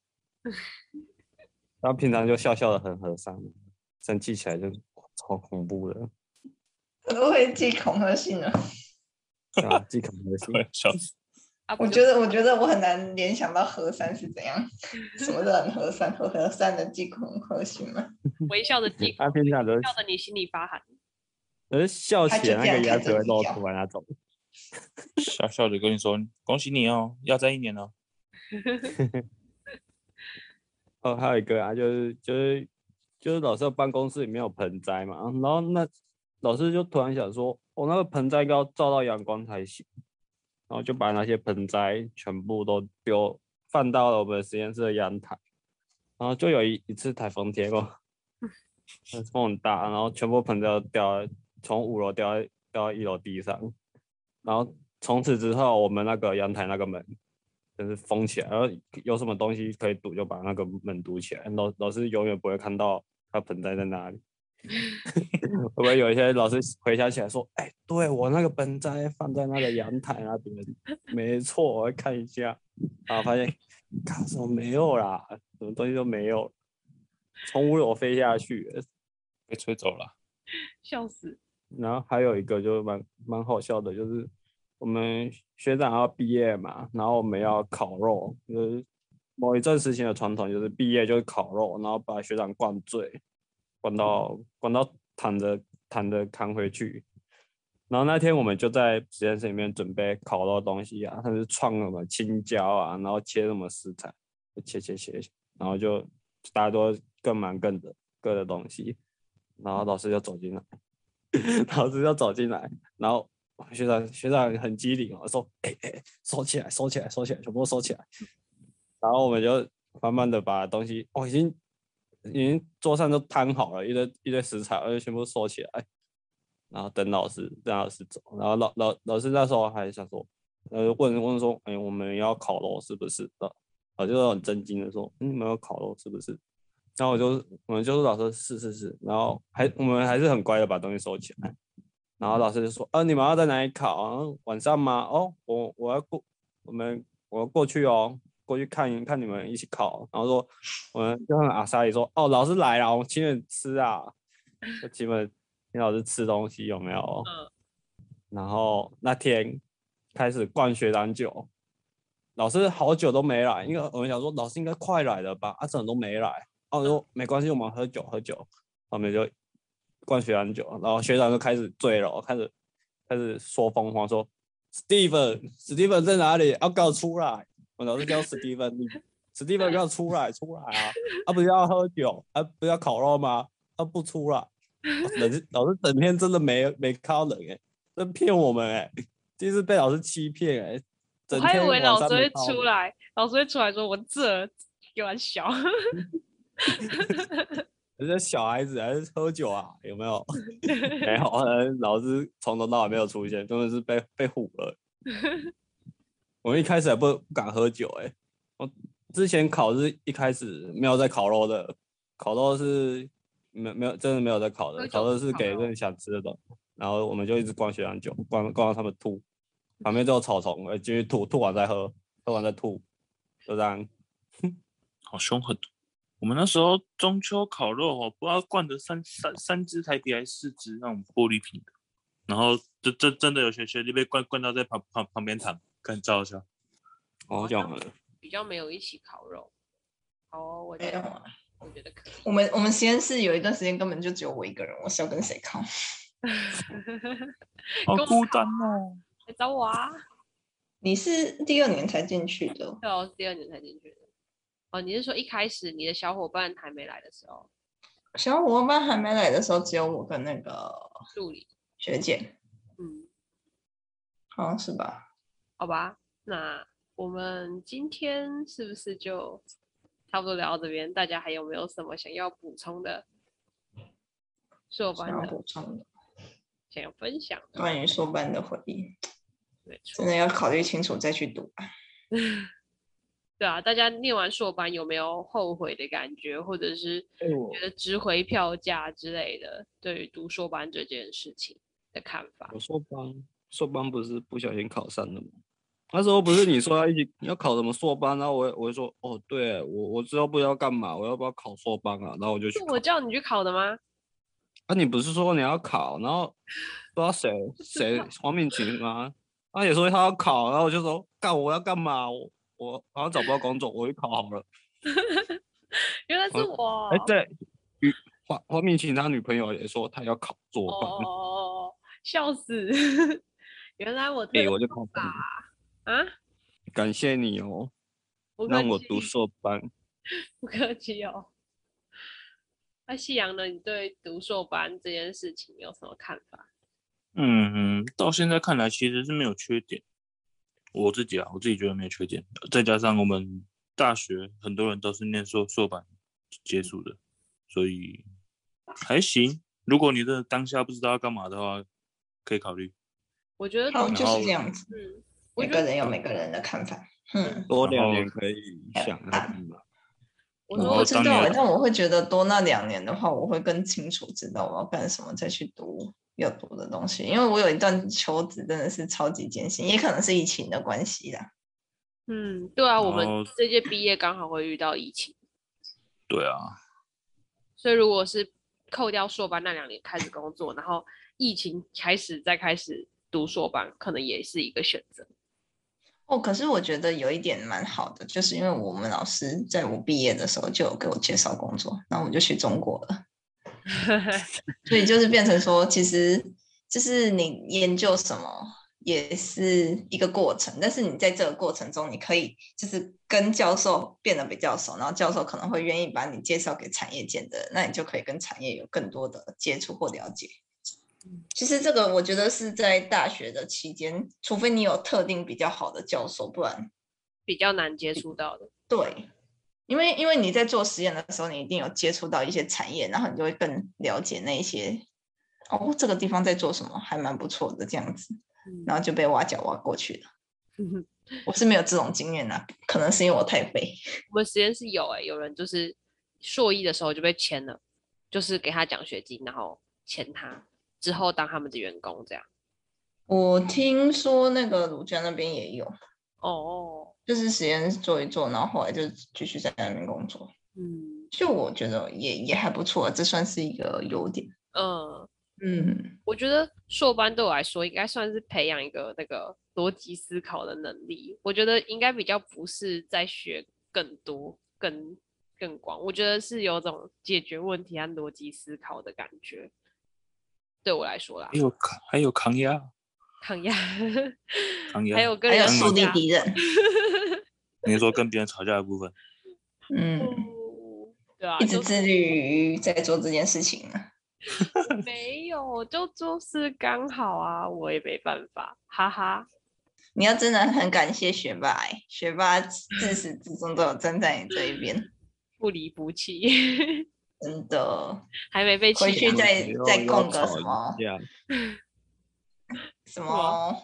Speaker 7: 他平常就笑笑的很和善，生气起来就超恐怖的，
Speaker 3: 都会寄恐吓信啊了。
Speaker 7: 对 啊，既恐吓心。
Speaker 2: 对， 笑死。
Speaker 1: 啊，不
Speaker 3: 我
Speaker 1: 就
Speaker 3: 觉得，我觉得我很难联想到和善是怎样，什么是很和善？和和善的寄恐吓信吗？
Speaker 1: 微笑的地，
Speaker 5: 啊
Speaker 7: 他平常都
Speaker 1: 笑的你心里发寒。
Speaker 7: 可是笑
Speaker 3: 他
Speaker 7: 起
Speaker 3: 就
Speaker 7: 来
Speaker 3: 这
Speaker 7: 那个
Speaker 3: 样
Speaker 7: 牙
Speaker 3: 看
Speaker 7: 齿
Speaker 3: 着
Speaker 7: 会
Speaker 3: 你啊
Speaker 7: 露
Speaker 3: 笑
Speaker 7: 出来那种。
Speaker 2: 笑笑的跟你说：“恭喜你哦，要在一年哦。
Speaker 7: 哦，还有一个啊，就是就是
Speaker 5: 就是老师的办公室里面有盆栽嘛，然后那老师就突然想说，我、那个盆栽应该要照到阳光才行，然后就把那些盆栽全部都丢放到了我们实验室的阳台，然后就有一一次台风天哦过，呃风很大，然后全部盆栽都掉在，从五楼掉在掉到一楼地上，然后从此之后，我们那个阳台那个门就是封起来，然后有什么东西可以堵，就把那个门堵起来。老老师永远不会看到它盆栽在哪里。 会不会有一些老师回想起来说：“哎，对我那个盆栽放在那个阳台那边，没错，我会看一下。”然后发现，看什么没有啦，什么东西都没有，从五楼飞下去。”
Speaker 2: 被吹走了，
Speaker 1: 笑死！
Speaker 5: 然后还有一个就是蛮蛮好笑的，就是我们学长要毕业嘛，然后我们要烤肉，就是某一阵时期的传统，就是毕业就是烤肉，然后把学长灌醉，灌到灌到躺着躺着扛回去。然后那天我们就在实验室里面准备烤肉的东西啊，他是串什么青椒啊，然后切什么食材，就切切切，然后就大家都各忙各的各的东西，然后老师就走进来。老师就走进来，然后学长学长很机灵哦，说：“哎、哎、收起来，收起来，收起来，全部都收起来。”然后我们就慢慢的把东西，哦，已经已经桌上都摊好了，一堆一堆食材，我呃就全部收起来，然后等老师让老师走。然后老老老师那时候还想说，呃，问问说：“哎、我们要烤肉是不是？”呃，我就很震惊的说：“嗯，你们要烤肉是不是？”然后我就我们就说老师是是是，然后还我们还是很乖的把东西收起来，然后老师就说啊你们要在哪里考啊？晚上吗？哦，我我要过我们我要过去哦，过去看一看你们一起考。哦然后说我们就很阿莎里说哦老师来了，我们请你们吃啊，就请你们请老师吃东西有没有？
Speaker 1: 嗯
Speaker 5: 然后那天开始灌学长酒，老师好久都没来，因为我们想说老师应该快来了吧，啊怎么都没来？哦，
Speaker 1: 嗯
Speaker 5: 我说没关系，我们喝酒喝酒，我们就灌学长酒，然后学长就开始醉了，开始开始说疯话，说 Steven，Steven 在哪里？要给我出来！我老师叫 Steven，你 Steven 给我出来，出来啊！啊，不是要喝酒，啊，不是要烤肉吗？啊，不出来！老师老师整天真的没没看到人哎、欸，真骗我们哎、欸，第一次被老师欺骗哎、欸，
Speaker 1: 我
Speaker 5: 整
Speaker 1: 还以
Speaker 5: 天
Speaker 1: 为
Speaker 5: 晚
Speaker 1: 老
Speaker 5: 上
Speaker 1: 师
Speaker 5: 没
Speaker 1: 会
Speaker 5: 看到
Speaker 1: 出
Speaker 5: 人
Speaker 1: 来，老师会出来说：“我这给玩笑。
Speaker 5: 人家小孩子还是喝酒啊，有没有？ 没有，呃老师从头到尾没有出现，真的是被被唬 了。我们一开始还不不敢喝酒、欸，我之前考试一开始没有在烤肉的，烤肉是没没有真的没有在烤
Speaker 1: 喝
Speaker 5: 的，
Speaker 1: 酒
Speaker 5: 烤肉
Speaker 1: 不
Speaker 5: 是
Speaker 1: 烤
Speaker 5: 给
Speaker 1: 肉
Speaker 5: 人想吃的东西，然后我们就一直灌血糖酒，灌灌到他们吐，旁边都有草丛，呃，继续吐，吐完再喝，喝完再吐，就这样。
Speaker 2: 好凶狠！我们那时候中秋烤肉哦，不知道灌的三三三只台啤还是四只那种玻璃瓶的，然后这这真的有学学弟被灌灌到在旁旁旁边躺，看照一下。
Speaker 5: 哦，这样好了，”
Speaker 1: 比较没有一起烤肉。好哦、我
Speaker 3: 没
Speaker 1: 觉
Speaker 3: 有
Speaker 1: 得
Speaker 3: 啊，
Speaker 1: 我觉得可以。
Speaker 3: 我们我们实验室有一段时间根本就只有我一个人，我是要跟谁考？
Speaker 2: 好
Speaker 1: 跟我
Speaker 2: 孤单哦。
Speaker 1: 来找我啊！
Speaker 3: 你是第二年才进去的，哦
Speaker 1: 对啊，我是第二年才进去的。哦，你是说一开始你的小伙伴还没来的时候，
Speaker 3: 小伙伴还没来的时候，只有我跟那个
Speaker 1: 助理？
Speaker 3: 学姐，
Speaker 1: 嗯，
Speaker 3: 好像是吧？
Speaker 1: 好吧，那我们今天是不是就差不多聊到这边？大家还有没有什么想要补充的？硕
Speaker 3: 想
Speaker 1: 班
Speaker 3: 要
Speaker 1: 的
Speaker 3: 补充的
Speaker 1: 想要分享的，
Speaker 3: 关于硕班的回忆，
Speaker 1: 没错
Speaker 3: 真。的要考虑清楚再去读啊。
Speaker 1: 对啊，大家念完硕班有没有后悔的感觉，或者是
Speaker 5: 哎我
Speaker 1: 觉得值回票价之类的，对于读硕班这件事情的看法？
Speaker 5: 我硕班硕班不是不小心考上的吗？那时候不是你说要一起要考什么硕班，然后我我就说哦，对我我知道不知道干嘛，我要不要考硕班啊？然后我就去
Speaker 1: 是
Speaker 5: 考
Speaker 1: 我。叫你去考的吗？
Speaker 5: 啊，你不是说你要考，然后不知道谁谁黄敏琴吗？他也说他要考，然后我就说干我要干嘛？我我好像找不到工作，我去考好了。
Speaker 1: 原来是
Speaker 5: 嗯
Speaker 1: 我。
Speaker 5: 哎、对，与黄黄敏琴他女朋友也说他要考
Speaker 1: 哦
Speaker 5: 做
Speaker 1: 哦
Speaker 5: 班，
Speaker 1: 哦哦，笑死！ 原来我特
Speaker 5: 哎、
Speaker 1: 别
Speaker 5: 我就考上了，
Speaker 1: 啊，
Speaker 5: 感谢你哦，
Speaker 1: 不客
Speaker 5: 让我读
Speaker 1: 气，
Speaker 5: 硕班。
Speaker 1: 不客气哦。 那夕阳呢？你对读硕班这件事情有什么看法？
Speaker 2: 嗯，到现在看来其实是没有缺点。我自己啊，我自己觉得没有缺点。再加上我们大学很多人都是念硕硕班结束的，所以还行。如果你的当下不知道要干嘛的话，可以考虑。
Speaker 1: 我觉得
Speaker 3: 好，
Speaker 1: 读
Speaker 2: 然
Speaker 3: 就是
Speaker 2: 后
Speaker 3: 这样子，
Speaker 1: 嗯，我
Speaker 3: 每
Speaker 1: 觉
Speaker 3: 个
Speaker 1: 得
Speaker 3: 人有每个人的看法。嗯，
Speaker 5: 多
Speaker 2: 然
Speaker 5: 两
Speaker 2: 后
Speaker 5: 年可以想要干嘛？
Speaker 1: 我
Speaker 3: 我
Speaker 1: 说
Speaker 3: 不
Speaker 1: 我
Speaker 3: 知
Speaker 2: 当
Speaker 3: 道
Speaker 2: 年
Speaker 3: 欸，但我会觉得多那两年的话，我会更清楚知道我要干什么，再去读要读的东西。因为我有一段求职真的是超级艰辛，也可能是疫情的关系啦。
Speaker 1: 嗯，对啊，我们
Speaker 2: 后
Speaker 1: 这届毕业刚好会遇到疫情，
Speaker 2: 对啊，
Speaker 1: 所以如果是扣掉硕班那两年开始工作，然后疫情开始再开始读硕班，可能也是一个选择。
Speaker 3: 哦，可是我觉得有一点蛮好的，就是因为我们老师在我毕业的时候就有给我介绍工作，然后我就去中国了。所以就是变成说，其实就是你研究什么也是一个过程，但是你在这个过程中，你可以就是跟教授变得比较熟，然后教授可能会愿意把你介绍给产业界的人，那你就可以跟产业有更多的接触或了解。其实这个我觉得是在大学的期间，除非你有特定比较好的教授，不然
Speaker 1: 比较难接触到的。
Speaker 3: 对，因为因为你在做实验的时候，你一定有接触到一些产业，然后你就会更了解那一些哦，这个地方在做什么，还蛮不错的这样子，然后就被挖角挖过去了。
Speaker 1: 嗯，
Speaker 3: 我是没有这种经验啦，可能是因为我太废。
Speaker 1: 我们实验室有哎、有人就是硕一的时候就被签了，就是给他奖学金，然后签他之后当他们的员工这样。
Speaker 3: 我听说那个鲁江那边也有，
Speaker 1: 哦，
Speaker 3: 就是实验室做一做，然后后来就继续在那边工作。
Speaker 1: 嗯
Speaker 3: 就我觉得也也还不错，这算是一个优点。
Speaker 1: 嗯，
Speaker 3: 嗯，
Speaker 1: 我觉得硕班对我来说应该算是培养一个那个逻辑思考的能力。我觉得应该比较不是在学更多、更更广，我觉得是有种解决问题和逻辑思考的感觉。对我来说啦
Speaker 2: 还，有扛还有抗压，
Speaker 1: 抗压，
Speaker 2: 抗压
Speaker 1: 还有跟
Speaker 3: 还有
Speaker 1: 人
Speaker 2: 当
Speaker 3: 树
Speaker 1: 吵
Speaker 3: 立
Speaker 1: 架
Speaker 3: 敌人。
Speaker 2: 你说跟别人吵架的部分，
Speaker 3: 嗯，
Speaker 1: 对啊，
Speaker 3: 一直
Speaker 1: 就
Speaker 3: 致
Speaker 1: 是
Speaker 3: 力于在做这件事情啊。
Speaker 1: 没有，就就是刚好啊，我也没办法，哈哈。
Speaker 3: 你要真的很感谢学霸、欸，学霸自始至终都有站在你这一边，
Speaker 1: 不离不弃，
Speaker 3: 真的。
Speaker 1: 还没被
Speaker 3: 回
Speaker 1: 气
Speaker 3: 去
Speaker 1: 啊
Speaker 3: 再
Speaker 5: 以后
Speaker 3: 再
Speaker 5: 要
Speaker 3: 供个
Speaker 5: 吵
Speaker 3: 什
Speaker 5: 一
Speaker 3: 么
Speaker 5: 架
Speaker 3: 什
Speaker 1: 哇
Speaker 3: 么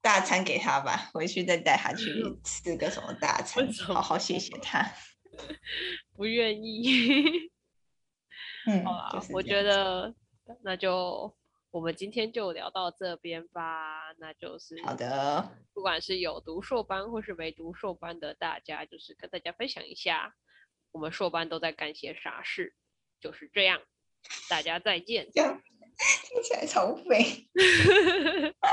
Speaker 3: 大餐给他吧，回去再带他 去吃个什么大餐
Speaker 1: 为，什么
Speaker 3: 好好谢谢他。
Speaker 1: 不愿意。
Speaker 3: 嗯
Speaker 1: 好啦，，
Speaker 3: 就是
Speaker 1: 我
Speaker 3: 这
Speaker 1: 觉
Speaker 3: 样子
Speaker 1: 得那就我们今天就聊到这边吧。那就是
Speaker 3: 好，的，
Speaker 1: 不管是有读硕班或是没读硕班的大家，就是跟大家分享一下我们硕班都在干些啥事，就是这样。大家再见。
Speaker 3: 这样听起来超废。
Speaker 2: 你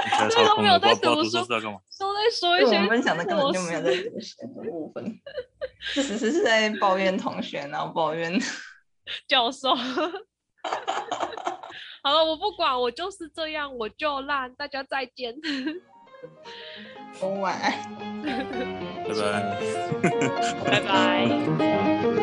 Speaker 2: 才
Speaker 1: 对
Speaker 2: 超
Speaker 1: 都
Speaker 2: 空
Speaker 1: 没有
Speaker 2: 的，
Speaker 1: 在
Speaker 2: 不知道不知道
Speaker 1: 读书
Speaker 2: 读硕是要干嘛？
Speaker 1: 都在说一
Speaker 3: 对我
Speaker 1: 些
Speaker 3: 们分享的根本就没有在
Speaker 1: 琐事
Speaker 3: 这个选择部分， 这只是是在抱怨同学，然后抱怨。
Speaker 1: 教授。 好了，我不管，我就是这样，我就烂，大家再见。
Speaker 3: 晚安。
Speaker 2: 拜
Speaker 1: 拜
Speaker 2: 拜。
Speaker 1: 拜。